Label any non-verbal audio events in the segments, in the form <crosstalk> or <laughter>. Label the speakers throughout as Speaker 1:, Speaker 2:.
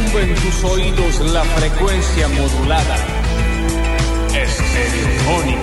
Speaker 1: tus oídos la frecuencia modulada. Estereofónica.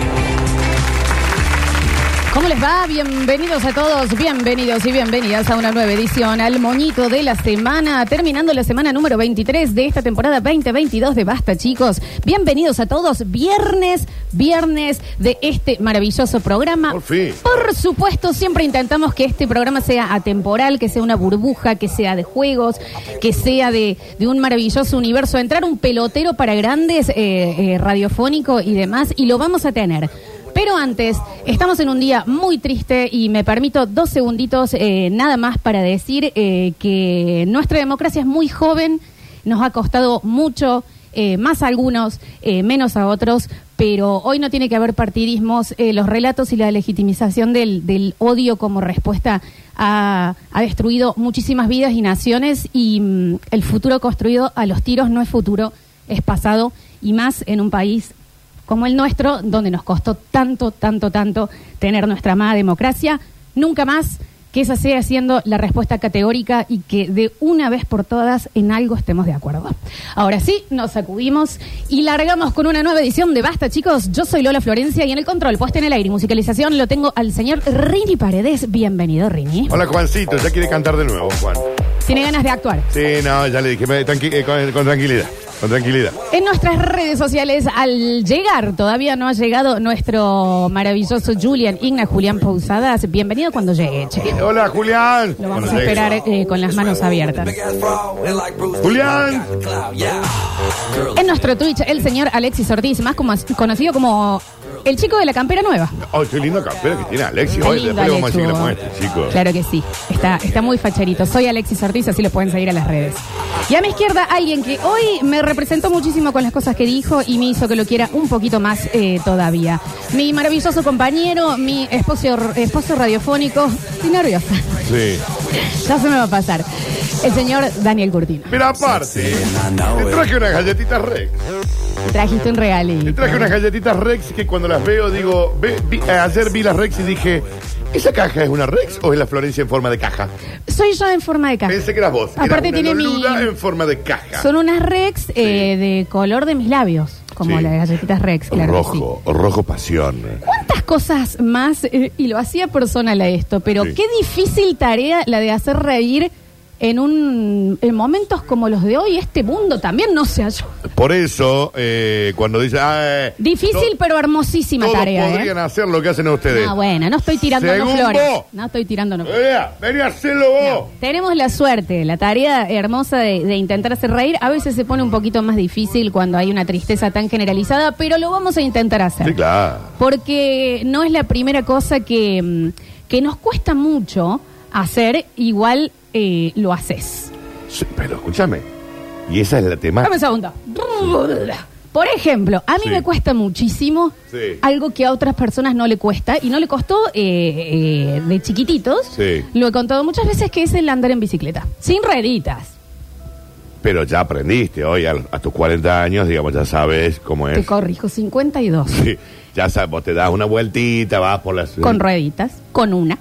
Speaker 2: ¿Cómo les va? Bienvenidos a todos, bienvenidos y bienvenidas a una nueva edición al Moñito de la Semana, terminando la semana número 23 de esta temporada 2022 de Basta, chicos. Bienvenidos a todos, viernes, viernes de este maravilloso programa.
Speaker 3: Por fin.
Speaker 2: Por supuesto, siempre intentamos que este programa sea atemporal, que sea una burbuja, que sea de juegos, que sea de, de un maravilloso universo. Entrar un pelotero para grandes, eh, eh, radiofónico y demás, y lo vamos a tener. Pero antes, estamos en un día muy triste y me permito dos segunditos eh, nada más para decir eh, que nuestra democracia es muy joven, nos ha costado mucho, eh, más a algunos, eh, menos a otros, pero hoy no tiene que haber partidismos, eh, los relatos y la legitimización del, del odio como respuesta ha, ha destruido muchísimas vidas y naciones y mm, el futuro construido a los tiros no es futuro, es pasado y más en un país como el nuestro, donde nos costó tanto, tanto, tanto tener nuestra amada democracia. Nunca más que esa sea siendo la respuesta categórica y que de una vez por todas en algo estemos de acuerdo. Ahora sí, nos sacudimos y largamos con una nueva edición de Basta, chicos. Yo soy Lola Florencia y en el control, puesta en el aire y musicalización, lo tengo al señor Rini Paredes. Bienvenido, Rini.
Speaker 3: Hola Juancito, ya quiere cantar de nuevo, Juan.
Speaker 2: Tiene ganas de actuar.
Speaker 3: Sí, no, ya le dije, me- tranqui- eh, con, con tranquilidad, con tranquilidad.
Speaker 2: En nuestras redes sociales, al llegar, todavía no ha llegado nuestro maravilloso Julian Igna Julián Pousadas. Bienvenido cuando llegue, che.
Speaker 3: Hola Julián.
Speaker 2: Lo vamos
Speaker 3: Bueno,
Speaker 2: a
Speaker 3: llegué.
Speaker 2: esperar eh, con las manos abiertas.
Speaker 3: Julián.
Speaker 2: En nuestro Twitch, el señor Alexis Ortiz, más como- conocido como el chico de la campera nueva.
Speaker 3: Oh, qué lindo campera que tiene Alexis.
Speaker 2: Qué
Speaker 3: Hoy
Speaker 2: lindo,
Speaker 3: después le vamos a
Speaker 2: Alex,
Speaker 3: decir que la
Speaker 2: vos.
Speaker 3: muestre, chicos.
Speaker 2: Claro que sí, está, está muy facherito. Soy Alexis Ortiz, así lo pueden seguir a las redes. Y a mi izquierda, alguien que hoy me representó muchísimo con las cosas que dijo y me hizo que lo quiera un poquito más eh, todavía. Mi maravilloso compañero, mi esposo, esposo radiofónico, estoy nerviosa, <laughs>
Speaker 3: Sí.
Speaker 2: ya se me va a pasar. El señor Daniel Curtino.
Speaker 3: Pero aparte, te traje unas galletitas Rex.
Speaker 2: Trajiste un
Speaker 3: Te
Speaker 2: regalito.
Speaker 3: traje unas galletitas Rex que cuando las veo digo, ve- vi- eh, ayer vi las Rex y dije, ¿esa caja es una Rex o es la Florencia en forma de caja?
Speaker 2: Soy yo en forma de caja.
Speaker 3: Pensé que eras vos. Era
Speaker 2: Aparte
Speaker 3: una
Speaker 2: tiene mi-
Speaker 3: Loluda en forma de caja.
Speaker 2: Son unas Rex eh, de color de mis labios, como
Speaker 3: Sí.
Speaker 2: las galletitas Rex, claro. que sí.
Speaker 3: rojo, rojo pasión.
Speaker 2: ¿Cuántas cosas más? eh, y lo hacía personal a esto, pero
Speaker 3: Sí.
Speaker 2: qué difícil tarea la de hacer reír en un en momentos como los de hoy. Este mundo también no se ayuda.
Speaker 3: Por eso, eh, cuando dice. ah, eh,
Speaker 2: Difícil,
Speaker 3: to-
Speaker 2: pero hermosísima
Speaker 3: todos
Speaker 2: tarea.
Speaker 3: podrían
Speaker 2: ¿eh?
Speaker 3: hacer lo que hacen ustedes.
Speaker 2: Ah, bueno, no estoy tirando
Speaker 3: Según
Speaker 2: flores.
Speaker 3: vos.
Speaker 2: No estoy tirando flores.
Speaker 3: Vea, vení a hacerlo vos.
Speaker 2: Tenemos la suerte, la tarea hermosa de, de intentar hacer reír. A veces se pone un poquito más difícil cuando hay una tristeza tan generalizada, pero lo vamos a intentar hacer.
Speaker 3: Sí, claro.
Speaker 2: Porque no es la primera cosa que, mm, que nos cuesta mucho hacer, igual eh, lo haces.
Speaker 3: Sí, pero escúchame. Y esa es la
Speaker 2: Dame un
Speaker 3: temática.
Speaker 2: segundo. Por ejemplo, a mí
Speaker 3: Ah. Sí.
Speaker 2: me cuesta muchísimo
Speaker 3: Sí.
Speaker 2: algo que a otras personas no le cuesta y no le costó eh, eh, de chiquititos.
Speaker 3: Sí.
Speaker 2: Lo he contado muchas veces que es el andar en bicicleta, sin rueditas.
Speaker 3: Pero ya aprendiste hoy, a, a tus 40 años, digamos, ya sabes cómo
Speaker 2: Te
Speaker 3: es.
Speaker 2: corrijo, 52.
Speaker 3: <laughs> Sí, ya sabes, vos te das una vueltita, vas por las.
Speaker 2: Con rueditas, con una,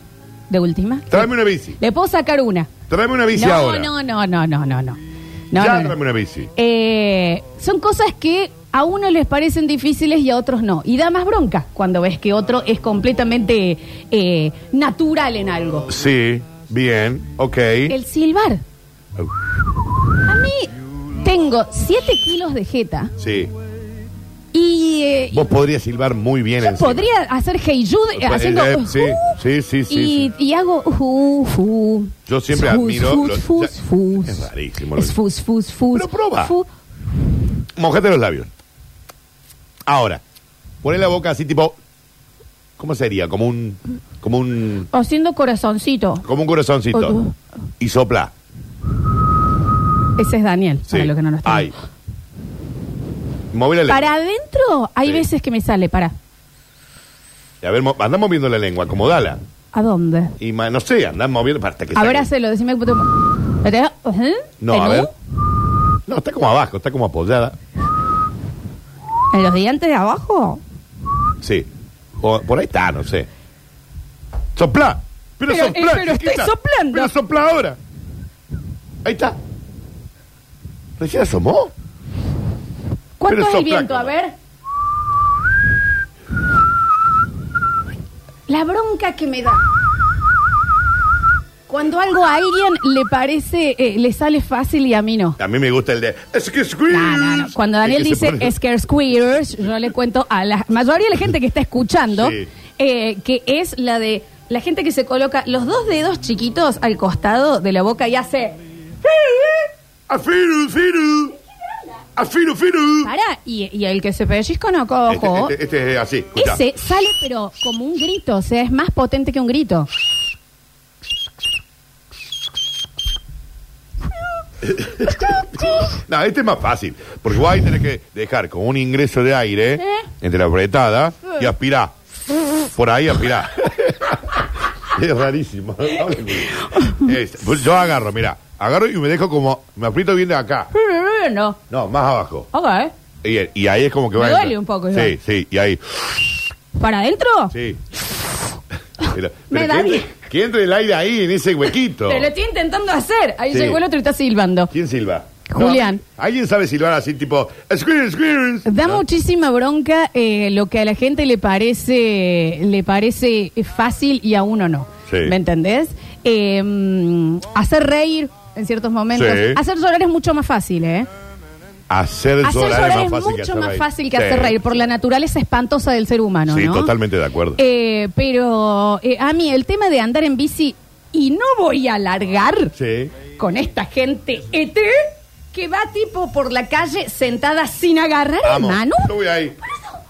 Speaker 2: de última.
Speaker 3: Tráeme una bici.
Speaker 2: Le puedo sacar una.
Speaker 3: Tráeme una bici
Speaker 2: no,
Speaker 3: ahora.
Speaker 2: no, no, no, no, no, no. No,
Speaker 3: ya
Speaker 2: no, no.
Speaker 3: tráeme una bici.
Speaker 2: Eh, son cosas que a unos les parecen difíciles y a otros no. Y da más bronca cuando ves que otro es completamente eh, natural en algo.
Speaker 3: Sí, bien, ok.
Speaker 2: El silbar. A mí tengo 7 kilos de jeta
Speaker 3: Sí.
Speaker 2: y... eh,
Speaker 3: Vos podrías silbar muy bien
Speaker 2: yo
Speaker 3: encima.
Speaker 2: podría hacer Hey Jude eh,
Speaker 3: Eh,
Speaker 2: haciendo...
Speaker 3: eh,
Speaker 2: uh,
Speaker 3: sí, sí, sí, sí,
Speaker 2: y,
Speaker 3: sí.
Speaker 2: y hago... uh, fu,
Speaker 3: Yo siempre
Speaker 2: fus,
Speaker 3: admiro
Speaker 2: Fus,
Speaker 3: los-
Speaker 2: fus,
Speaker 3: ya-
Speaker 2: fus.
Speaker 3: Es rarísimo lo
Speaker 2: Es
Speaker 3: que-
Speaker 2: fus, fus, fus.
Speaker 3: Pero proba.
Speaker 2: fu-
Speaker 3: Mojate los labios. Ahora, poné la boca así tipo. ¿Cómo sería? Como un. Como un.
Speaker 2: haciendo corazoncito.
Speaker 3: Como un corazoncito.
Speaker 2: Oh, oh.
Speaker 3: Y sopla.
Speaker 2: Ese es Daniel,
Speaker 3: Sí.
Speaker 2: para lo que no lo está
Speaker 3: Ahí. Moví la lengua.
Speaker 2: Para adentro hay
Speaker 3: Sí.
Speaker 2: veces que me sale, para.
Speaker 3: Y A ver, mo- andá moviendo la lengua, acomodala.
Speaker 2: ¿A dónde?
Speaker 3: Y ma- no sé, andá moviendo para hasta que salga.
Speaker 2: Abrácelo, decime que ¿Eh?
Speaker 3: No, a ver. No, está como abajo, está como apoyada.
Speaker 2: ¿En los dientes de abajo?
Speaker 3: Sí. O- por ahí está, no sé. Sopla. Pero,
Speaker 2: Pero, eh,
Speaker 3: sopla.
Speaker 2: pero estoy
Speaker 3: chiquita.
Speaker 2: soplando.
Speaker 3: Pero sopla ahora. Ahí está. ¿Recién asomó?
Speaker 2: ¿Cuánto
Speaker 3: Pero
Speaker 2: es el
Speaker 3: sopla,
Speaker 2: viento? A
Speaker 3: cama.
Speaker 2: ver. La bronca que me da. Cuando algo a alguien le parece, eh, le sale fácil y a mí no.
Speaker 3: A mí me gusta el de... "Es que squeeze".
Speaker 2: No, no, no. <laughs> Cuando Daniel
Speaker 3: El que se
Speaker 2: dice
Speaker 3: pone-
Speaker 2: scare squeers, yo le cuento a la mayoría de la gente que está escuchando
Speaker 3: Sí.
Speaker 2: eh, que es la de la gente que se coloca los dos dedos chiquitos al costado de la boca y hace.
Speaker 3: Afiru, firu. Afiru, firu.
Speaker 2: Para, y, y el que se pellizco no cojo.
Speaker 3: Este, este- este es así, escuchá.
Speaker 2: Ese sale pero como un grito, o sea, es más potente que un grito.
Speaker 3: No, este es más fácil. Porque vos ahí tenés que dejar con un ingreso de aire
Speaker 2: ¿Eh?
Speaker 3: entre la apretada y aspirá. Por
Speaker 2: <laughs>
Speaker 3: ahí aspirá. es rarísimo. Es- pues yo agarro, mira. Agarro y me dejo como. Me aprieto bien de acá.
Speaker 2: No,
Speaker 3: No, más abajo.
Speaker 2: ok.
Speaker 3: Y, y ahí es como que
Speaker 2: Me
Speaker 3: va.
Speaker 2: duele
Speaker 3: entrando.
Speaker 2: un poco, ya.
Speaker 3: Sí, sí, y ahí.
Speaker 2: ¿Para adentro?
Speaker 3: Sí.
Speaker 2: <laughs> Me da
Speaker 3: que, entre,
Speaker 2: bien.
Speaker 3: que entre el aire ahí, en ese huequito.
Speaker 2: Pero lo estoy intentando hacer. Ahí
Speaker 3: Sí.
Speaker 2: llegó el otro y está silbando.
Speaker 3: ¿Quién silba?
Speaker 2: Julián.
Speaker 3: No, ¿Alguien sabe silbar así, tipo. "Squirrel, squirrel"?
Speaker 2: Da
Speaker 3: ¿No?
Speaker 2: muchísima bronca eh, lo que a la gente le parece le parece fácil y a uno no.
Speaker 3: Sí.
Speaker 2: ¿Me entendés? Eh, mm, hacer reír en ciertos momentos.
Speaker 3: Sí.
Speaker 2: Hacer llorar es mucho más fácil, ¿eh?
Speaker 3: Hacer,
Speaker 2: Hacer
Speaker 3: llorar,
Speaker 2: llorar
Speaker 3: es más fácil que
Speaker 2: mucho
Speaker 3: hacer
Speaker 2: más
Speaker 3: reír.
Speaker 2: fácil que
Speaker 3: Sí.
Speaker 2: hacer reír por la naturaleza espantosa del ser humano,
Speaker 3: Sí,
Speaker 2: ¿no?
Speaker 3: totalmente de acuerdo.
Speaker 2: Eh, pero eh, a mí el tema de andar en bici y no voy a alargar
Speaker 3: Sí.
Speaker 2: con esta gente ET que va tipo por la calle sentada sin agarrar la
Speaker 3: Vamos.
Speaker 2: mano.
Speaker 3: Yo voy ahí.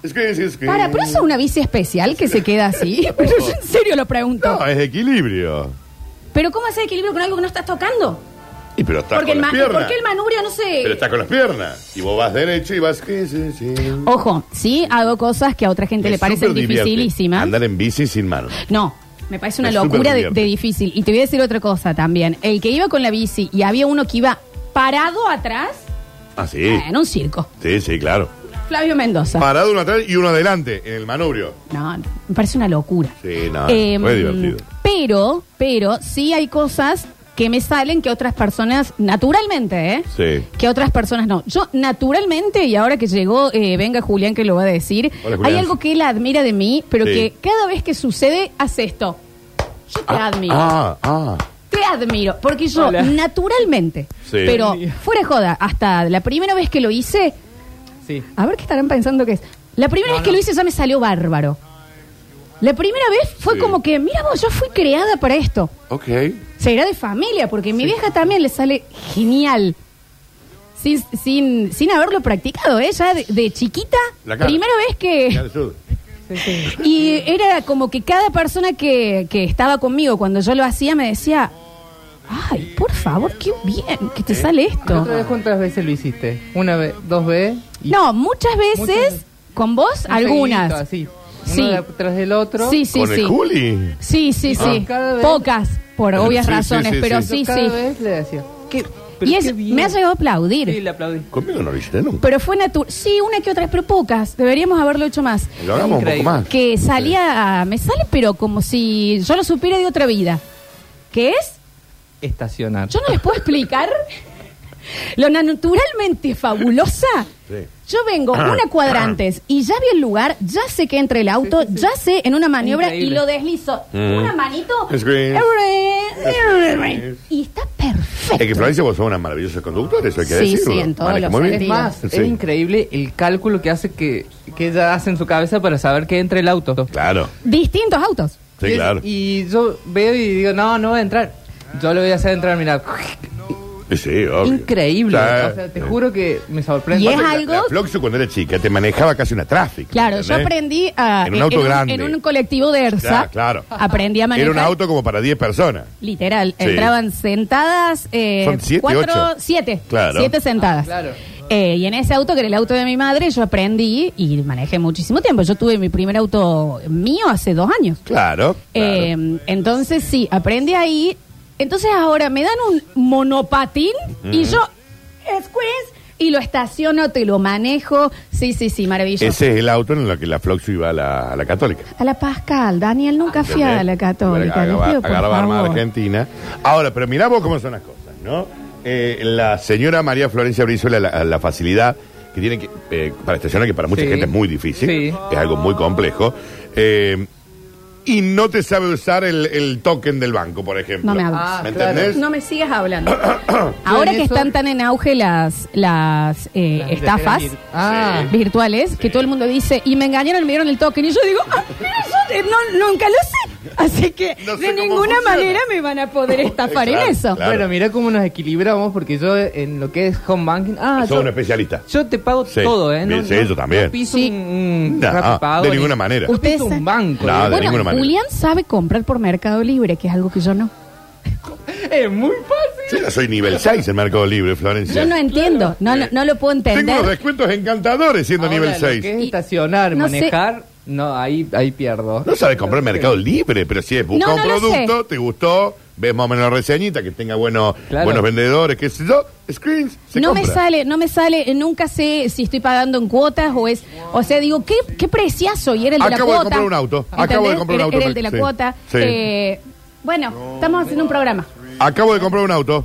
Speaker 3: Es que es que-
Speaker 2: Para, pero eso es una bici especial que se queda
Speaker 3: <laughs>
Speaker 2: así. Pero yo en serio lo pregunto.
Speaker 3: No, eh. es equilibrio.
Speaker 2: ¿Pero cómo hacer equilibrio con algo que no estás tocando?
Speaker 3: Y pero está
Speaker 2: Porque
Speaker 3: con
Speaker 2: el,
Speaker 3: las
Speaker 2: ma-
Speaker 3: piernas.
Speaker 2: ¿Por qué el manubrio no se...?
Speaker 3: Pero está con las piernas. Y vos vas derecho y vas... que- sí, sí.
Speaker 2: Ojo, sí, hago cosas que a otra gente
Speaker 3: Me
Speaker 2: le parecen
Speaker 3: superdivierte
Speaker 2: dificilísimas.
Speaker 3: Andar en bici sin manos.
Speaker 2: No, me parece una
Speaker 3: Me
Speaker 2: locura de,
Speaker 3: superdivierte.
Speaker 2: de difícil. Y te voy a decir otra cosa también. El que iba con la bici y había uno que iba parado atrás,
Speaker 3: Ah, sí.
Speaker 2: en un circo.
Speaker 3: Sí, sí, claro.
Speaker 2: Flavio Mendoza.
Speaker 3: Parado uno atrás y uno adelante en el manubrio.
Speaker 2: No, no, me parece una locura.
Speaker 3: Sí, no,
Speaker 2: Eh,
Speaker 3: muy divertido.
Speaker 2: Pero, pero, sí hay cosas que me salen que otras personas, naturalmente, ¿eh?
Speaker 3: Sí.
Speaker 2: Que otras personas no. Yo, naturalmente, y ahora que llegó, eh, venga Julián que lo va a decir,
Speaker 3: Hola, Julián.
Speaker 2: hay algo que él admira de mí, pero
Speaker 3: Sí.
Speaker 2: que cada vez que sucede, hace esto. Yo te admiro.
Speaker 3: Ah, ah.
Speaker 2: Te admiro, porque yo
Speaker 4: Hola.
Speaker 2: naturalmente,
Speaker 3: Sí.
Speaker 2: pero
Speaker 4: Buen día.
Speaker 2: fuera de joda, hasta la primera vez que lo hice,
Speaker 4: Sí.
Speaker 2: a ver qué estarán pensando que es. La primera
Speaker 4: No,
Speaker 2: vez que
Speaker 4: no.
Speaker 2: lo hice ya me salió bárbaro. La primera vez fue
Speaker 3: Sí.
Speaker 2: como que, mira vos, yo fui creada para esto.
Speaker 3: Ok.
Speaker 2: <laughs> Será de familia, porque mi vieja también le sale genial. Sin, sin, sin haberlo practicado, ¿eh? Ya de, de chiquita,
Speaker 3: La cara.
Speaker 2: primera vez que...
Speaker 3: Mirá el sur.
Speaker 4: Sí, sí.
Speaker 2: Y era como que cada persona que, que estaba conmigo cuando yo lo hacía me decía, ay, por favor, qué bien que te sale
Speaker 4: ¿La
Speaker 2: esto.
Speaker 4: otra vez cuántas veces lo hiciste? ¿Una vez? ¿Dos veces? Y
Speaker 2: No, muchas veces,
Speaker 4: Muchas veces.
Speaker 2: con vos,
Speaker 4: un seguidito,
Speaker 2: algunas.
Speaker 4: Así.
Speaker 2: Sí.
Speaker 4: Uno de- tras del otro.
Speaker 2: Sí, sí,
Speaker 3: ¿Con el
Speaker 2: sí.
Speaker 3: Juli?
Speaker 2: Sí, sí,
Speaker 4: Ah.
Speaker 2: sí.
Speaker 4: Cada vez-
Speaker 2: Pocas, por
Speaker 3: Sí,
Speaker 2: obvias
Speaker 3: sí,
Speaker 2: razones,
Speaker 3: sí,
Speaker 2: pero
Speaker 3: sí.
Speaker 4: Yo
Speaker 2: sí,
Speaker 4: cada
Speaker 2: sí.
Speaker 4: vez le decía. ¿Qué? pero
Speaker 2: Y
Speaker 4: qué
Speaker 2: es,
Speaker 4: bien.
Speaker 2: me ha llegado a aplaudir.
Speaker 4: Sí, le aplaudí.
Speaker 3: Conmigo no lo hiciste nunca.
Speaker 2: Pero fue natural. Sí, una que otra vez, pero pocas. Deberíamos haberlo hecho más.
Speaker 3: Lo hagamos un
Speaker 4: Increíble.
Speaker 3: poco más.
Speaker 2: Que salía, me sale, pero como si yo lo supiera de otra vida. ¿Qué es?
Speaker 4: Estacionar.
Speaker 2: Yo no les puedo explicar lo naturalmente fabulosa.
Speaker 3: Sí. Ah.
Speaker 2: Yo vengo una cuadra antes y ya vi el lugar, ya sé que entra el auto, ya sé en una maniobra y
Speaker 4: Increíble.
Speaker 2: lo deslizo.
Speaker 3: Mm.
Speaker 2: Una manito.
Speaker 3: Screen.
Speaker 2: Y está perfecto.
Speaker 3: Es que Florencia vos sos una maravillosa conductora, eso hay que
Speaker 2: Sí, sí,
Speaker 3: decirlo.
Speaker 2: en todos
Speaker 3: Maneja
Speaker 2: los
Speaker 3: muy bien.
Speaker 4: Es más,
Speaker 3: Sí.
Speaker 4: es increíble el cálculo que hace que, que ella hace en su cabeza para saber que entra el auto.
Speaker 3: Claro,
Speaker 2: Distintos autos.
Speaker 3: sí,
Speaker 4: Y es-
Speaker 3: claro.
Speaker 4: Y yo veo y digo, no, no va a entrar. Yo lo voy a hacer entrar, mira.
Speaker 3: Sí, sí, obvio.
Speaker 4: Increíble.
Speaker 3: Sí.
Speaker 4: O sea, te juro que me sorprende.
Speaker 2: Y es
Speaker 3: Aparte, la-
Speaker 2: algo-
Speaker 3: La, Floxu cuando era chica te manejaba casi una tráfico.
Speaker 2: Claro, yo
Speaker 3: ¿entendés?
Speaker 2: aprendí a.
Speaker 3: En un auto grande.
Speaker 2: En un colectivo de ERSA.
Speaker 3: Ya, claro.
Speaker 2: Aprendí a manejar.
Speaker 3: Era un auto como para 10 personas.
Speaker 2: Literal,
Speaker 3: Sí.
Speaker 2: entraban sentadas. Eh,
Speaker 3: Son siete,
Speaker 2: cuatro,
Speaker 3: ocho.
Speaker 2: Siete.
Speaker 3: Claro.
Speaker 2: Siete sentadas.
Speaker 4: Ah, claro.
Speaker 2: Eh, y en ese auto, que era el auto de mi madre, yo aprendí y manejé muchísimo tiempo. Yo tuve mi primer auto mío hace dos años.
Speaker 3: Claro.
Speaker 2: Eh,
Speaker 3: claro.
Speaker 2: entonces, sí, aprendí ahí. Entonces, ahora me dan un monopatín y yo. Squeeze. Y lo estaciono, te lo manejo. Sí, sí, sí, maravilloso.
Speaker 3: Ese es el auto en el que la Floxu iba a la, a la católica.
Speaker 2: A la Pascal, Daniel nunca fui a la
Speaker 3: Ah, ¿Entendés?
Speaker 2: católica.
Speaker 3: Agarraba-
Speaker 2: les pido, por
Speaker 3: agarraba arma
Speaker 2: favor.
Speaker 3: argentina. Ahora, pero mirá vos cómo son las cosas, ¿no? eh, la señora María Florencia Brizuela, la, la facilidad que tiene que, eh, para estacionar, que para mucha
Speaker 4: Sí.
Speaker 3: gente es muy difícil,
Speaker 4: Sí.
Speaker 3: es algo muy complejo, eh, y no te sabe usar el, el token del banco, por ejemplo.
Speaker 2: No me hables.
Speaker 4: Ah,
Speaker 3: ¿Me
Speaker 4: claro.
Speaker 3: entendés?
Speaker 2: No me sigas
Speaker 3: <coughs>
Speaker 2: hablando. Ahora que
Speaker 4: eso-
Speaker 2: están tan en auge las, las eh,
Speaker 4: Las
Speaker 2: estafas
Speaker 4: de Telenir. Ah.
Speaker 2: virtuales, que todo el mundo dice, y me engañaron, me dieron el token, y yo digo, "Ah, mira, yo de- no, nunca lo sé. Así que
Speaker 3: No sé
Speaker 2: de
Speaker 3: cómo
Speaker 2: ninguna
Speaker 3: funciona.
Speaker 2: manera me van a
Speaker 3: <laughs>
Speaker 2: poder estafar
Speaker 3: Claro,
Speaker 2: en eso.
Speaker 3: claro.
Speaker 4: Bueno, mira cómo nos equilibramos, porque yo en lo que es home banking. Ah,
Speaker 3: Sos un
Speaker 4: yo,
Speaker 3: especialista.
Speaker 4: yo te pago
Speaker 3: Sí.
Speaker 4: todo, ¿eh?
Speaker 3: Bien, sí, yo también.
Speaker 4: No piso
Speaker 2: Sí.
Speaker 4: un, un
Speaker 3: No,
Speaker 4: Rappi Pago
Speaker 3: de
Speaker 4: ni-
Speaker 3: ninguna manera.
Speaker 4: No
Speaker 2: Ustedes
Speaker 4: piso
Speaker 2: saben-
Speaker 4: un banco.
Speaker 3: No,
Speaker 4: ¿eh?
Speaker 3: de
Speaker 2: Bueno,
Speaker 3: ninguna manera.
Speaker 2: Julián sabe comprar por Mercado Libre, que es algo que yo no.
Speaker 4: ¿eh? Es muy
Speaker 3: Yo
Speaker 4: fácil.
Speaker 3: ya soy nivel 6 en Mercado Libre, Florencia.
Speaker 2: Yo no entiendo, no, no, no lo puedo
Speaker 3: Tengo unos
Speaker 2: entender.
Speaker 3: descuentos encantadores siendo
Speaker 4: Ahora,
Speaker 3: nivel
Speaker 4: lo
Speaker 3: 6.
Speaker 4: que es estacionar,
Speaker 2: No sé.
Speaker 4: manejar, no, ahí, ahí pierdo.
Speaker 3: No sabes comprar Mercado Libre, pero si es buscar
Speaker 2: No,
Speaker 3: un
Speaker 2: no lo
Speaker 3: producto, te gustó, ves más o menos la reseñita, que tenga buenos
Speaker 4: Claro.
Speaker 3: buenos vendedores, qué sé yo, screens, se
Speaker 2: No me
Speaker 3: compra.
Speaker 2: sale, no me sale, eh, nunca sé si estoy pagando en cuotas o es, o sea, digo, qué, qué preciazo y era el de la
Speaker 3: Acabo de
Speaker 2: cuota.
Speaker 3: comprar un auto, acabo
Speaker 2: ¿entendés?
Speaker 3: de comprar un
Speaker 2: Era-
Speaker 3: auto,
Speaker 2: Era el de la
Speaker 3: sí,
Speaker 2: cuota.
Speaker 3: sí.
Speaker 2: Eh, bueno, estamos haciendo un programa.
Speaker 3: Acabo de comprar un auto.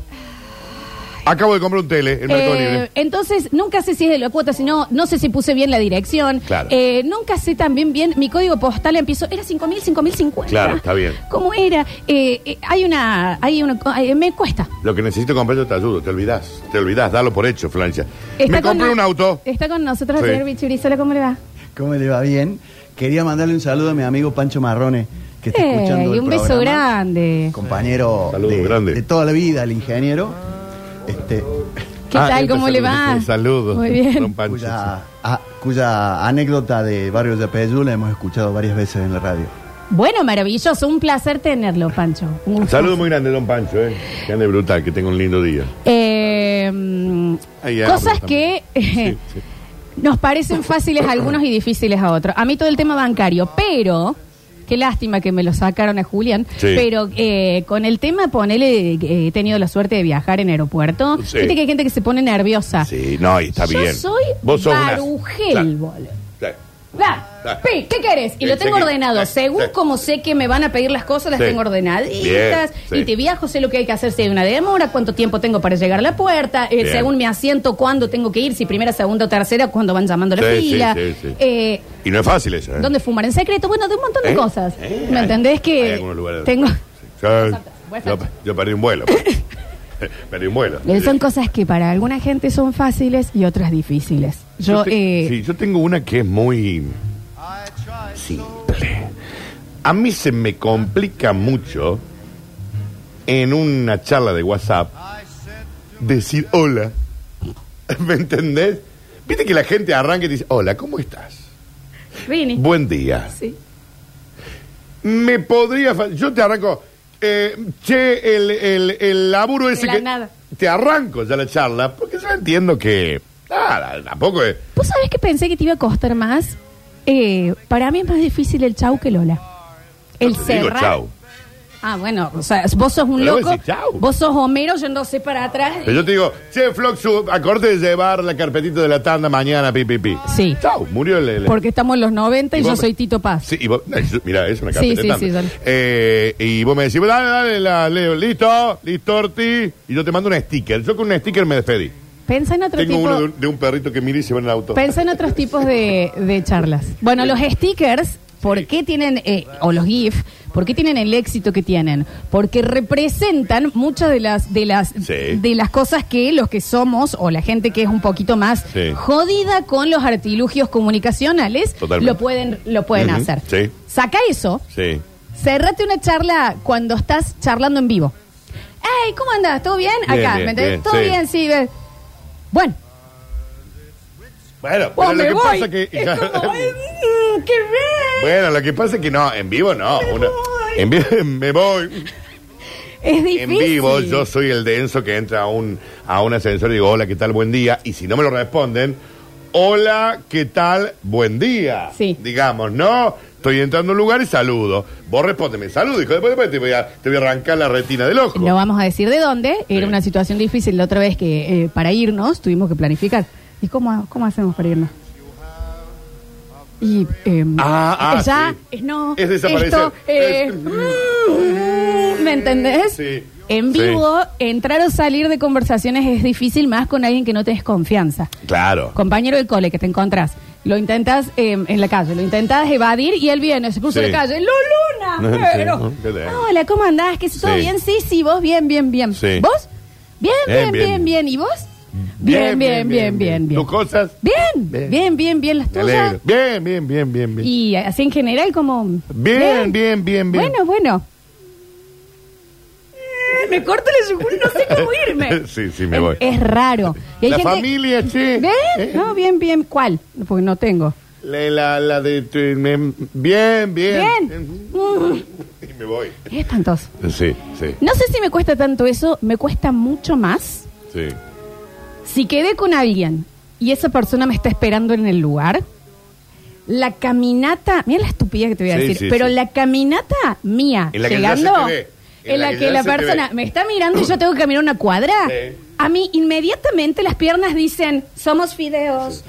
Speaker 3: Acabo de comprar un tele en Mercado
Speaker 2: Eh,
Speaker 3: Libre.
Speaker 2: entonces, nunca sé si es de la cuota, sino no sé si puse bien la dirección.
Speaker 3: Claro.
Speaker 2: Eh, nunca sé también bien, mi código postal empiezo, era 5.000, 5.050.
Speaker 3: Claro, está bien.
Speaker 2: ¿Cómo era? Eh, eh, hay una, hay una, eh, me cuesta.
Speaker 3: Lo que necesito comprar yo te ayudo, te olvidás. Te olvidás, dalo por hecho, Florencia.
Speaker 2: Está
Speaker 3: me
Speaker 2: con- Eh,
Speaker 3: compré un auto.
Speaker 2: Está con nosotros
Speaker 3: Sí.
Speaker 2: el señor Bichurizola, ¿cómo le va?
Speaker 5: ¿Cómo le va bien? Quería mandarle un saludo a mi amigo Pancho Marrone, que está
Speaker 2: Eh,
Speaker 5: escuchando
Speaker 2: y
Speaker 5: el
Speaker 2: un beso
Speaker 5: programa.
Speaker 2: grande.
Speaker 5: Compañero
Speaker 3: Saludo
Speaker 5: de,
Speaker 3: grande.
Speaker 5: de toda la vida, el ingeniero, este,
Speaker 2: ¿Qué
Speaker 3: Ah,
Speaker 2: tal?
Speaker 3: este
Speaker 2: ¿Cómo le
Speaker 3: saludo,
Speaker 2: va?
Speaker 3: este saludo.
Speaker 2: Muy bien.
Speaker 3: Don Pancho, sí.
Speaker 5: cuya, a- cuya anécdota de Barrio Yapeyú la hemos escuchado varias veces en la radio.
Speaker 2: Bueno, maravilloso. Un placer tenerlo, Pancho. Un
Speaker 3: Un
Speaker 2: gusto.
Speaker 3: saludo muy grande, don Pancho, ¿eh? Que ande brutal, que tenga un lindo día.
Speaker 2: Eh, mm,
Speaker 3: Ahí hablo
Speaker 2: cosas
Speaker 3: también.
Speaker 2: que <laughs> eh,
Speaker 3: Sí, sí.
Speaker 2: nos parecen fáciles a
Speaker 3: <coughs>
Speaker 2: algunos y difíciles a otros. A mí todo el tema bancario, pero... Qué lástima que me lo sacaron a Julián.
Speaker 3: Sí.
Speaker 2: Pero eh, con el tema, ponele, eh, he tenido la suerte de viajar en aeropuerto.
Speaker 3: Sí.
Speaker 2: Viste que hay gente que se pone nerviosa.
Speaker 3: Sí, no, y está
Speaker 2: Yo
Speaker 3: bien.
Speaker 2: soy
Speaker 3: una-
Speaker 2: barujel,
Speaker 3: Claro,
Speaker 2: boludo.
Speaker 3: claro.
Speaker 2: Va, pi, ¿qué querés? Y
Speaker 3: Sí,
Speaker 2: lo tengo
Speaker 3: sí,
Speaker 2: ordenado.
Speaker 3: sí,
Speaker 2: Según
Speaker 3: sí.
Speaker 2: como sé que me van a pedir las cosas, las
Speaker 3: Sí.
Speaker 2: tengo ordenaditas.
Speaker 3: Bien, sí.
Speaker 2: Y te viajo, sé lo que hay que hacer si hay una demora, cuánto tiempo tengo para llegar a la puerta, eh,
Speaker 3: Bien.
Speaker 2: según mi asiento, cuándo tengo que ir, si primera, segunda o tercera, cuando van llamando a la
Speaker 3: Sí, sí,
Speaker 2: fila.
Speaker 3: sí, sí.
Speaker 2: Eh,
Speaker 3: Y no es fácil eso, ¿eh?
Speaker 2: ¿Dónde fumar en secreto? Bueno, de un montón de
Speaker 3: ¿Eh?
Speaker 2: cosas.
Speaker 3: ¿Eh?
Speaker 2: ¿Me
Speaker 3: Hay-
Speaker 2: entendés
Speaker 3: hay
Speaker 2: que
Speaker 3: algunos lugares-
Speaker 2: tengo...
Speaker 3: Sí. Yo,
Speaker 2: Perfecto.
Speaker 3: yo perdí un vuelo. pues.
Speaker 2: <laughs>
Speaker 3: perdí un vuelo.
Speaker 2: Eh, Son cosas que para alguna gente son fáciles y otras difíciles. Yo,
Speaker 3: te-
Speaker 2: eh,
Speaker 3: sí, yo tengo una que es muy simple. A mí se me complica mucho en una charla de WhatsApp decir hola. <laughs> ¿Me entendés? Viste que la gente arranca y dice, hola, ¿cómo estás?
Speaker 2: Rini.
Speaker 3: Buen día.
Speaker 2: Sí.
Speaker 3: Me podría. fa- Yo te arranco. eh, che, el, el, el laburo ese
Speaker 2: la
Speaker 3: que.
Speaker 2: nada.
Speaker 3: Te arranco ya la charla, porque yo entiendo que. Nada, tampoco es.
Speaker 2: ¿Vos sabés que pensé que te iba a costar más? Eh, para mí es más difícil el chau que Lola. El
Speaker 3: Te digo
Speaker 2: cerrar.
Speaker 3: chau.
Speaker 2: Ah, bueno, o sea, vos sos un
Speaker 3: Pero
Speaker 2: loco.
Speaker 3: decís chau.
Speaker 2: Vos sos Homero yéndose para atrás.
Speaker 3: Pero yo te digo, che, Floxu, acorde de llevar la carpetita de la tanda mañana, pipi, pi.
Speaker 2: Sí.
Speaker 3: Chau, murió el. el-
Speaker 2: Porque estamos en los 90 y,
Speaker 3: Y
Speaker 2: yo
Speaker 3: vos-
Speaker 2: soy Tito Paz.
Speaker 3: Sí, y vos, no, yo- mira, es una
Speaker 2: Sí,
Speaker 3: carpeta
Speaker 2: sí,
Speaker 3: de tanda.
Speaker 2: sí, dale.
Speaker 3: Eh, y vos me decís, dale, dale, la, leo, listo, listo, Orti. Y yo te mando un sticker. Yo con un sticker me despedí.
Speaker 2: Pensa en otro
Speaker 3: Tengo
Speaker 2: tipo.
Speaker 3: uno de un, de un perrito que mira y se va en el auto.
Speaker 2: Pensa en otros tipos de, de charlas. Bueno, los stickers, ¿por qué tienen, eh, o los GIF, por qué tienen el éxito que tienen? Porque representan muchas de las, de las,
Speaker 3: Sí.
Speaker 2: de las cosas que los que somos, o la gente que es un poquito más
Speaker 3: Sí.
Speaker 2: jodida con los artilugios comunicacionales,
Speaker 3: Totalmente.
Speaker 2: lo pueden, lo pueden
Speaker 3: Ujú,
Speaker 2: hacer.
Speaker 3: sí.
Speaker 2: Saca eso,
Speaker 3: Sí.
Speaker 2: Cerrate una charla cuando estás charlando en vivo. Hey, ¿cómo andas? ¿Todo bien?
Speaker 3: Bien,
Speaker 2: Acá,
Speaker 3: bien,
Speaker 2: ¿me entendés?
Speaker 3: bien,
Speaker 2: Todo
Speaker 3: sí.
Speaker 2: bien, sí. ve. Bueno,
Speaker 3: Bueno,
Speaker 2: vos
Speaker 3: pero lo
Speaker 2: Oh, me
Speaker 3: que
Speaker 2: voy.
Speaker 3: pasa que.
Speaker 2: Es
Speaker 3: <laughs>
Speaker 2: como, eh, mm, qué re.
Speaker 3: bueno, lo que pasa es que no, en vivo no. Uno-
Speaker 2: voy.
Speaker 3: en vivo <laughs> me voy.
Speaker 2: Es difícil.
Speaker 3: En vivo yo soy el denso que entra a un, a un ascensor y digo, hola, ¿qué tal? Buen día. Y si no me lo responden, hola, ¿qué tal? Buen día.
Speaker 2: Sí.
Speaker 3: Digamos, ¿no? Estoy entrando a un lugar y saludo. Vos respóndeme, saludo, hijo. Después, después te, voy a, te voy a arrancar la retina del ojo.
Speaker 2: No vamos a decir de dónde. Era
Speaker 3: Sí.
Speaker 2: una situación difícil la otra vez que eh, para irnos tuvimos que planificar. ¿Y cómo, cómo hacemos para irnos? Y eh,
Speaker 3: Ah, ah,
Speaker 2: ya,
Speaker 3: sí.
Speaker 2: es no,
Speaker 3: Es desaparecer.
Speaker 2: esto, eh,
Speaker 3: Es-
Speaker 2: mm, <laughs> ¿me entendés?
Speaker 3: Sí.
Speaker 2: En
Speaker 3: Sí.
Speaker 2: vivo, entrar o salir de conversaciones es difícil más con alguien que no tenés confianza.
Speaker 3: Claro.
Speaker 2: Compañero del cole que te encontrás, lo intentas eh, en la calle, lo intentas evadir y él viene, se cruza
Speaker 3: Sí.
Speaker 2: la calle, ¡Luluna!
Speaker 3: No, <laughs> sí,
Speaker 2: pero-
Speaker 3: ¿no? ¿Qué tal?
Speaker 2: Hola, ¿cómo andás? ¿Qué todo
Speaker 3: Sí.
Speaker 2: bien? Sí, sí, vos bien, bien, bien.
Speaker 3: Sí.
Speaker 2: ¿Vos? Bien, bien,
Speaker 3: Bien,
Speaker 2: bien, bien,
Speaker 3: bien.
Speaker 2: ¿Y vos? Bien, bien, bien, bien, bien.
Speaker 3: ¿Tus cosas?
Speaker 2: Bien, bien,
Speaker 3: Bien.
Speaker 2: bien, bien, las
Speaker 3: Me
Speaker 2: tuyas.
Speaker 3: alegro. Bien, bien, bien, bien, bien.
Speaker 2: Y así en general como... ¿eh?
Speaker 3: Bien, bien, bien, bien.
Speaker 2: Bueno, bueno. Eh, Me corto la yugular, no sé cómo irme.
Speaker 3: <laughs> Sí, sí, me
Speaker 2: Es-
Speaker 3: voy.
Speaker 2: Es, raro. Y hay
Speaker 3: la
Speaker 2: gente-
Speaker 3: familia, che.
Speaker 2: ¿Bien?
Speaker 3: Eh,
Speaker 2: No, bien, bien. ¿Cuál? Porque no tengo.
Speaker 3: La, la, la de... tu- me- Bien, bien.
Speaker 2: Bien. Mm,
Speaker 3: Y me voy.
Speaker 2: es espantoso.
Speaker 3: Sí, sí,
Speaker 2: No sé si me cuesta tanto eso, me cuesta mucho más.
Speaker 3: sí.
Speaker 2: Si quedé con alguien y esa persona me está esperando en el lugar, la caminata, mira la estupidez que te voy a
Speaker 3: Sí,
Speaker 2: decir,
Speaker 3: sí,
Speaker 2: pero
Speaker 3: sí.
Speaker 2: la caminata mía,
Speaker 3: En la que ya
Speaker 2: llegando,
Speaker 3: se te ve,
Speaker 2: en, la, que,
Speaker 3: ya
Speaker 2: la
Speaker 3: se te
Speaker 2: persona
Speaker 3: ve.
Speaker 2: me está mirando y yo tengo que caminar una cuadra,
Speaker 3: Sí.
Speaker 2: a mí inmediatamente las piernas dicen, somos fideos,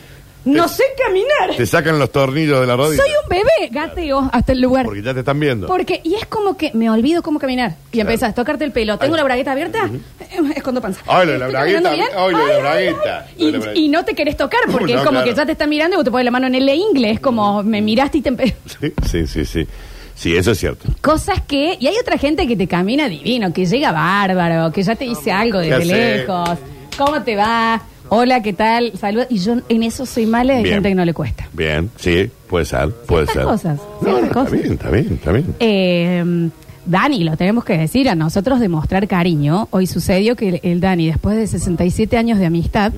Speaker 2: no
Speaker 3: Te-
Speaker 2: sé caminar,
Speaker 3: Te sacan los tornillos de la rodilla.
Speaker 2: soy un bebé, gateo hasta el lugar.
Speaker 3: Porque ya te están viendo.
Speaker 2: Porque, y es como que me olvido cómo caminar. Y
Speaker 3: Claro.
Speaker 2: empezás a tocarte el pelo. ¿Tengo
Speaker 3: Ay.
Speaker 2: la bragueta abierta? Eh, <laughs> Escondo panza.
Speaker 3: Ay, lo de la
Speaker 2: ¿Estoy caminando
Speaker 3: bragueta,
Speaker 2: bien?
Speaker 3: ay, lo de la
Speaker 2: Ay, ay, ay.
Speaker 3: bragueta,
Speaker 2: Y-
Speaker 3: lo de la bragueta.
Speaker 2: Y, no te querés tocar porque
Speaker 3: <laughs>
Speaker 2: es
Speaker 3: No,
Speaker 2: como
Speaker 3: claro.
Speaker 2: que ya te está mirando y vos te pones la mano en el inglés. Es como me miraste y te empe- <laughs>
Speaker 3: Sí, sí, sí, sí. Sí, eso es cierto.
Speaker 2: Cosas que. Y hay otra gente que te camina divino, que llega bárbaro, que ya te dice algo
Speaker 3: Ya
Speaker 2: desde
Speaker 3: sé.
Speaker 2: lejos. ¿Cómo te va? Hola, ¿qué tal? Saludos. Y yo en eso soy mala de
Speaker 3: Bien.
Speaker 2: gente que no le cuesta.
Speaker 3: Bien, sí, puede ser, puede ser.
Speaker 2: Ciertas cosas,
Speaker 3: No,
Speaker 2: ciertas
Speaker 3: no,
Speaker 2: cosas.
Speaker 3: Está bien, está bien, está bien.
Speaker 2: Eh, Dani, lo tenemos que decir, a nosotros demostrar cariño. Hoy sucedió que el, el Dani, después de 67 años de amistad,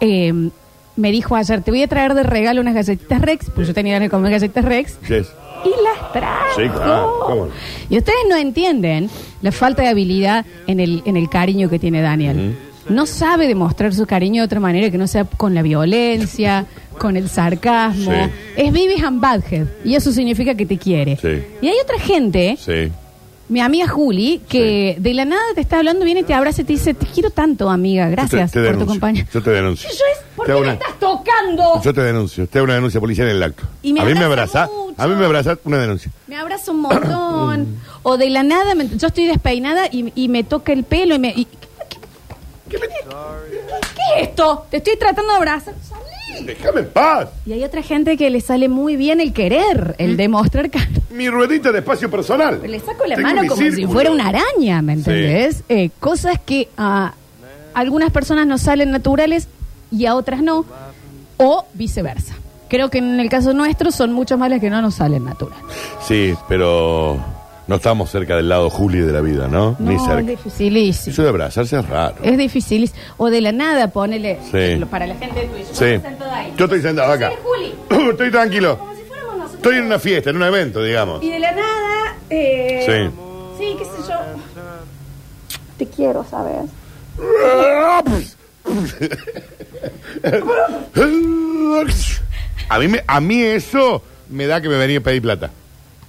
Speaker 2: eh, me dijo ayer, te voy a traer de regalo unas galletitas Rex, porque yo tenía ganas de comer galletitas Rex,
Speaker 3: Yes.
Speaker 2: y las trajo.
Speaker 3: Sí, claro, cómo no.
Speaker 2: Y ustedes no entienden la falta de habilidad en el, en el cariño que tiene Daniel. No sabe demostrar su cariño de otra manera que no sea con la violencia, con el sarcasmo.
Speaker 3: Sí.
Speaker 2: Es Vivis and Badhead. Y eso significa que te quiere.
Speaker 3: Sí.
Speaker 2: Y hay otra gente,
Speaker 3: Sí.
Speaker 2: mi amiga Juli, que de la nada te está hablando, viene, te abraza y te dice, te quiero tanto, amiga, gracias por
Speaker 3: Yo te- te
Speaker 2: tu
Speaker 3: denuncio,
Speaker 2: compañía.
Speaker 3: Yo te denuncio.
Speaker 2: Y yo es, ¿por
Speaker 3: Te
Speaker 2: qué
Speaker 3: hago
Speaker 2: me
Speaker 3: una-
Speaker 2: estás tocando?
Speaker 3: Yo te denuncio, te hago una denuncia policial en el acto.
Speaker 2: Y me
Speaker 3: a mí me
Speaker 2: abraza
Speaker 3: abrazás,
Speaker 2: mucho.
Speaker 3: a mí me abrazás una denuncia.
Speaker 2: <clears throat> Me abraza un
Speaker 3: Mm.
Speaker 2: montón. o de la nada, me- yo estoy despeinada y, y me toca el pelo y me... y- ¿qué, qué- qué- qué es esto? Te estoy tratando de abrazar. ¡Salí!
Speaker 3: Déjame en paz.
Speaker 2: Y hay otra gente que le sale muy bien el querer,
Speaker 3: Mm.
Speaker 2: el demostrar cariño.
Speaker 3: Mi ruedita de espacio personal.
Speaker 2: Le saco la
Speaker 3: Tengo
Speaker 2: mano
Speaker 3: mi
Speaker 2: como
Speaker 3: círculo.
Speaker 2: si fuera una araña, ¿me entendés? Eh, cosas que a algunas personas nos salen naturales y a otras no, o viceversa. Creo que en el caso nuestro son muchas más las que no nos salen naturales.
Speaker 3: Sí, pero no estamos cerca del lado Juli de la vida, ¿no? Ni
Speaker 2: No, Eh. es
Speaker 3: cerca.
Speaker 2: dificilísimo.
Speaker 3: Eso de abrazarse es raro.
Speaker 2: Es difícil. O de la nada, ponele. eh,
Speaker 3: Sí.
Speaker 2: Para la gente tuya.
Speaker 3: Sí. Yo estoy sentado acá. <laughs> estoy tranquilo.
Speaker 2: Como si fuéramos nosotros.
Speaker 3: Estoy en una fiesta, en un evento, digamos.
Speaker 2: Y de la nada. eh,
Speaker 3: Sí.
Speaker 2: Sí, qué sé yo.
Speaker 6: Te quiero, ¿sabes?
Speaker 3: <laughs> A mí, me- a mí eso me da que me venía a pedir plata.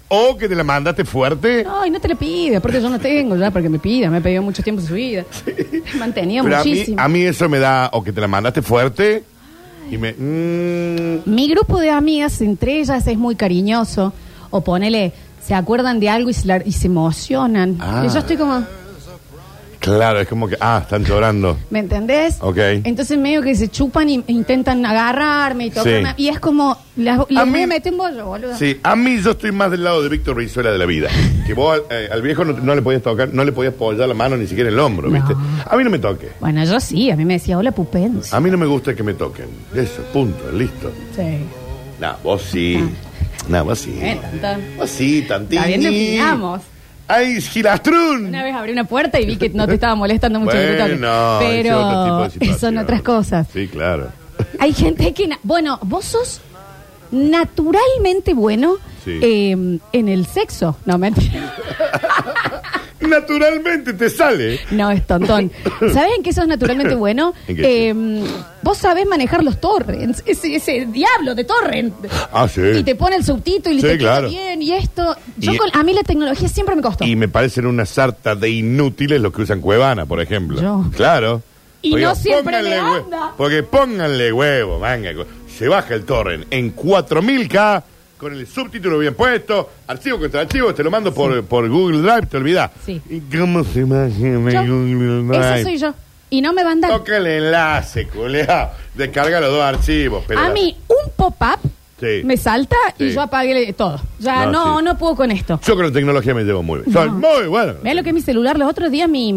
Speaker 3: O que te la mandaste fuerte.
Speaker 2: No, y no te la pide, aparte yo no tengo ya para que me pida, me ha pedido mucho tiempo su
Speaker 3: <laughs>
Speaker 2: vida. Me ha mantenido
Speaker 3: Pero a mí,
Speaker 2: muchísimo.
Speaker 3: a mí eso me da, o que te la mandaste fuerte. Y me. mm,
Speaker 2: Mi grupo de amigas, entre ellas, es muy cariñoso. O ponele, se acuerdan de algo y se, la- y se emocionan.
Speaker 3: Ah.
Speaker 2: Y yo estoy como,
Speaker 3: claro, es como que. Ah, están llorando.
Speaker 2: ¿me entendés?
Speaker 3: Ok.
Speaker 2: Entonces medio que se chupan y- e intentan agarrarme y tocarme.
Speaker 3: Sí.
Speaker 2: Y es como, las, les
Speaker 3: A
Speaker 2: voy
Speaker 3: mí-
Speaker 2: a meter un bollo, boludo.
Speaker 3: Sí, a mí yo estoy más del lado de Víctor Rizuela de la vida. Que vos eh, al viejo no, no le podías tocar, no le podías apoyar la mano ni siquiera en el hombro, ¿viste?
Speaker 2: No.
Speaker 3: A mí no me toque.
Speaker 2: Bueno, yo sí, a mí me decía, hola Pupencio.
Speaker 3: A mí no me gusta que me toquen. Eso, punto, listo.
Speaker 2: Sí.
Speaker 3: Nah, vos sí. Nah, vos sí.
Speaker 2: Eh, tantón.
Speaker 3: Vos sí, tantini.
Speaker 2: Está bien, definamos.
Speaker 3: ¡Ay, gilastrún!
Speaker 2: Una vez abrí una puerta y vi que no te estaba molestando mucho. que te toque.
Speaker 3: Bueno, ese otro tipo
Speaker 2: pero
Speaker 3: de
Speaker 2: <laughs>
Speaker 3: situación.
Speaker 2: son otras cosas.
Speaker 3: Sí, claro.
Speaker 2: Hay gente que... na- Bueno, vos sos naturalmente bueno
Speaker 3: Sí.
Speaker 2: eh, en el sexo. No, mentira.
Speaker 3: Naturalmente te sale.
Speaker 2: No, es tontón. ¿Sabés en qué sos naturalmente bueno?
Speaker 3: <laughs> ¿En qué?
Speaker 2: Eh, vos sabés manejar los torrents. Ese, ese diablo de torrent.
Speaker 3: Ah, sí.
Speaker 2: Y te pone el subtítulo y
Speaker 3: Sí,
Speaker 2: te queda
Speaker 3: claro.
Speaker 2: bien y esto. Yo
Speaker 3: Y-
Speaker 2: con- a mí la tecnología siempre me costó.
Speaker 3: Y me parecen una sarta de inútiles los que usan Cuevana, por ejemplo.
Speaker 2: Yo.
Speaker 3: Claro.
Speaker 2: Y no siempre
Speaker 3: pónganle
Speaker 2: le
Speaker 3: hue-
Speaker 2: anda.
Speaker 3: Porque pónganle huevo, manga. Se baja el torrent en 4000K con el subtítulo bien puesto, archivo contra archivo, te lo mando por, por Google Drive, te olvidás.
Speaker 2: Sí.
Speaker 3: ¿Y cómo se imagina
Speaker 2: Yo,
Speaker 3: Google Drive?
Speaker 2: esa soy yo. Y no me van a dar.
Speaker 3: Toca el enlace, culea. Descarga los dos archivos. pero-
Speaker 2: A mí, un pop-up
Speaker 3: Sí.
Speaker 2: me salta y
Speaker 3: Sí.
Speaker 2: yo apagué todo. Ya
Speaker 3: No,
Speaker 2: no, no,
Speaker 3: sí.
Speaker 2: puedo con esto.
Speaker 3: Yo con la tecnología me llevo muy bien.
Speaker 2: No.
Speaker 3: Soy muy bueno.
Speaker 2: Ve lo que es mi celular. Los otros días mi,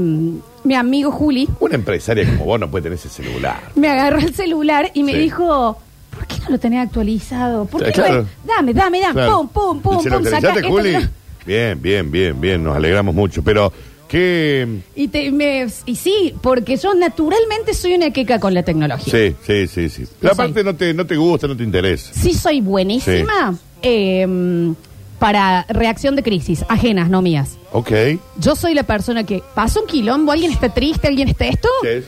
Speaker 2: mi amigo Juli
Speaker 3: Una empresaria como vos no puede tener ese celular.
Speaker 2: me agarró el celular y me
Speaker 3: Sí.
Speaker 2: dijo, ¿por qué no lo tenés actualizado? ¿Por
Speaker 3: Sí,
Speaker 2: qué no
Speaker 3: claro.
Speaker 2: es- Dame, dame, dame.
Speaker 3: Claro.
Speaker 2: Ah, Pum, pum,
Speaker 3: ¿Y
Speaker 2: pum,
Speaker 3: se lo
Speaker 2: pum, saca.
Speaker 3: actualizaste,
Speaker 2: esto,
Speaker 3: Juli?
Speaker 2: no.
Speaker 3: Bien, bien, bien, bien. Nos alegramos mucho. Pero, ¿qué...?
Speaker 2: Y, te, me- y sí, porque yo naturalmente soy una queca con la tecnología.
Speaker 3: Sí, sí, sí, sí. La
Speaker 2: Yo soy.
Speaker 3: parte no te, no te gusta, no te interesa.
Speaker 2: Sí soy buenísima eh, para reacción de crisis, ajenas, no mías.
Speaker 3: Ok.
Speaker 2: Yo soy la persona que pasa un quilombo, alguien está triste, alguien está esto,
Speaker 3: Sí.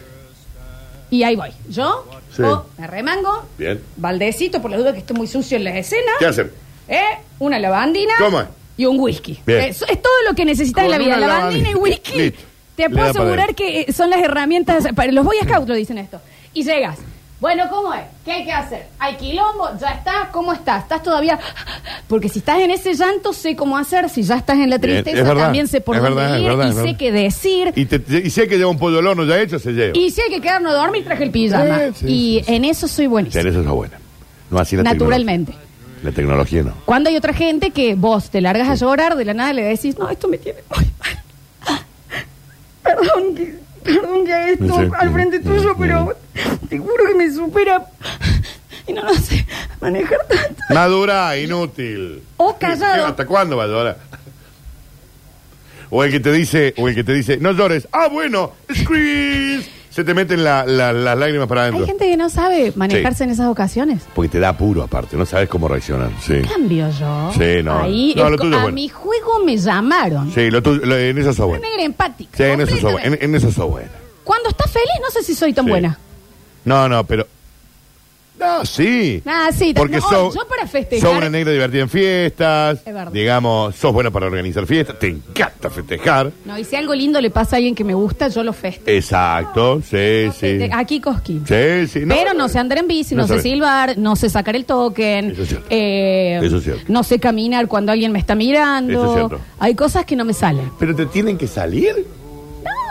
Speaker 2: y ahí voy. Yo
Speaker 3: Sí.
Speaker 2: o me remango,
Speaker 3: Bien.
Speaker 2: baldecito, por la duda que esté muy sucio en las escenas,
Speaker 3: ¿Qué hacen?
Speaker 2: eh, una lavandina
Speaker 3: Toma.
Speaker 2: y un whisky.
Speaker 3: Bien.
Speaker 2: Eso es todo lo que necesitas en la
Speaker 3: Con
Speaker 2: vida,
Speaker 3: una
Speaker 2: lavandina y
Speaker 3: lavandina.
Speaker 2: whisky.
Speaker 3: Listo.
Speaker 2: Te
Speaker 3: Le
Speaker 2: puedo
Speaker 3: da para
Speaker 2: asegurar
Speaker 3: él.
Speaker 2: que eh, son las herramientas, para los Boy Scouts lo dicen esto. Y llegas. Bueno, ¿cómo es? ¿Qué hay que hacer? ¿Hay quilombo? ¿Ya estás? ¿Cómo estás? ¿Estás todavía...? Porque si estás en ese llanto, sé cómo hacer. Si ya estás en la
Speaker 3: Bien,
Speaker 2: tristeza,
Speaker 3: es verdad,
Speaker 2: también sé por
Speaker 3: es
Speaker 2: dónde
Speaker 3: verdad, es
Speaker 2: ir
Speaker 3: verdad,
Speaker 2: y
Speaker 3: es
Speaker 2: sé
Speaker 3: verdad.
Speaker 2: qué decir.
Speaker 3: Y, te- y si hay que llevar un pollo al horno ya hecho, se lleva.
Speaker 2: Y si hay que quedarnos a dormir, traje el pijama.
Speaker 3: Eh, sí,
Speaker 2: y en eso soy
Speaker 3: Sí,
Speaker 2: buenísima.
Speaker 3: en eso es lo bueno. No así la
Speaker 2: Naturalmente.
Speaker 3: tecnología. La tecnología no.
Speaker 2: Cuando hay otra gente que vos te largas a llorar, de la nada le decís, no, esto me tiene muy mal. <laughs> Perdón que, perdón que haga esto
Speaker 3: Sí.
Speaker 2: al frente tuyo, pero te juro que me supera. <laughs> Y no lo sé manejar tanto.
Speaker 3: Madura, inútil.
Speaker 2: O Oh, callado.
Speaker 3: ¿Hasta cuándo va a llorar? O el que te dice, o el que te dice, no llores. Ah, bueno, Squeeze. Se te meten la- la- las lágrimas para adentro.
Speaker 2: Hay gente que no sabe manejarse en esas ocasiones.
Speaker 3: Porque te da apuro aparte, no sabes cómo reaccionar. Sí.
Speaker 2: Cambio yo.
Speaker 3: Sí, no.
Speaker 2: Ahí
Speaker 3: No,
Speaker 2: es
Speaker 3: lo
Speaker 2: co-
Speaker 3: tuyo
Speaker 2: a
Speaker 3: es bueno.
Speaker 2: mi juego me llamaron.
Speaker 3: Sí, lo tuyo- lo- en eso sos
Speaker 2: Una
Speaker 3: bueno.
Speaker 2: negra empática.
Speaker 3: Sí, en eso sos buena.
Speaker 2: completamente.
Speaker 3: En, en eso sos buena.
Speaker 2: Cuando estás feliz, no sé si soy tan
Speaker 3: Sí.
Speaker 2: buena.
Speaker 3: No, no, pero. No, sí.
Speaker 2: Ah, sí, te-
Speaker 3: Porque
Speaker 2: no,
Speaker 3: sos,
Speaker 2: yo para festejar-
Speaker 3: sos una negra divertida en fiestas.
Speaker 2: Es verdad.
Speaker 3: Digamos, sos buena para organizar fiestas. Te encanta festejar.
Speaker 2: No, y si algo lindo le pasa a alguien que me gusta, yo lo festejo.
Speaker 3: Exacto, sí, sí.
Speaker 2: De- Aquí Cosquín.
Speaker 3: Sí, sí.
Speaker 2: Pero no sé andar en bici, no, sé
Speaker 3: sabes.
Speaker 2: silbar, no sé sacar el token,
Speaker 3: Eso es cierto.
Speaker 2: eh,
Speaker 3: Eso es cierto.
Speaker 2: no sé caminar cuando alguien me está
Speaker 3: Eso es
Speaker 2: mirando.
Speaker 3: cierto.
Speaker 2: Hay cosas que no me salen.
Speaker 3: Pero te tienen que salir.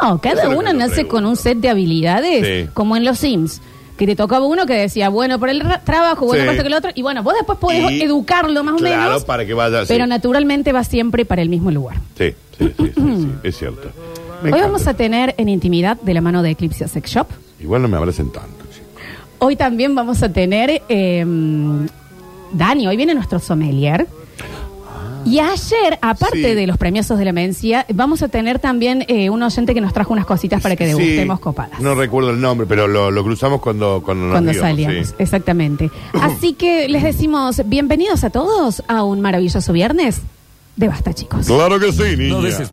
Speaker 2: No, cada
Speaker 3: Eso es lo
Speaker 2: uno
Speaker 3: que yo
Speaker 2: nace
Speaker 3: pregunto.
Speaker 2: con un set de habilidades,
Speaker 3: Sí.
Speaker 2: como en los Sims, que te tocaba uno que decía, bueno, por el ra- trabajo, bueno,
Speaker 3: Sí.
Speaker 2: por esto que el otro, y bueno, vos después podés
Speaker 3: Y-
Speaker 2: educarlo más o
Speaker 3: claro,
Speaker 2: menos,
Speaker 3: para que vaya.
Speaker 2: pero
Speaker 3: sí.
Speaker 2: naturalmente va siempre para el mismo lugar.
Speaker 3: Sí, sí, sí, sí, sí, es cierto. Me
Speaker 2: Hoy
Speaker 3: encanta.
Speaker 2: vamos a tener en intimidad de la mano de Eclipse Sex Shop.
Speaker 3: Igual no me abracen tanto, chicos.
Speaker 2: Hoy también vamos a tener eh, Dani, hoy viene nuestro sommelier. Y ayer, aparte
Speaker 3: Ah. Sí.
Speaker 2: de los premiosos de la mencia, vamos a tener también eh, un oyente que nos trajo unas cositas para que
Speaker 3: Sí,
Speaker 2: degustemos copadas.
Speaker 3: No recuerdo el nombre, pero lo, lo cruzamos cuando, cuando nos
Speaker 2: cuando
Speaker 3: íbamos,
Speaker 2: salíamos,
Speaker 3: sí. <laughs>
Speaker 2: exactamente. Así que les decimos bienvenidos a todos a un maravilloso viernes de Basta, chicos.
Speaker 3: Claro que sí, niña.
Speaker 1: No desesperes.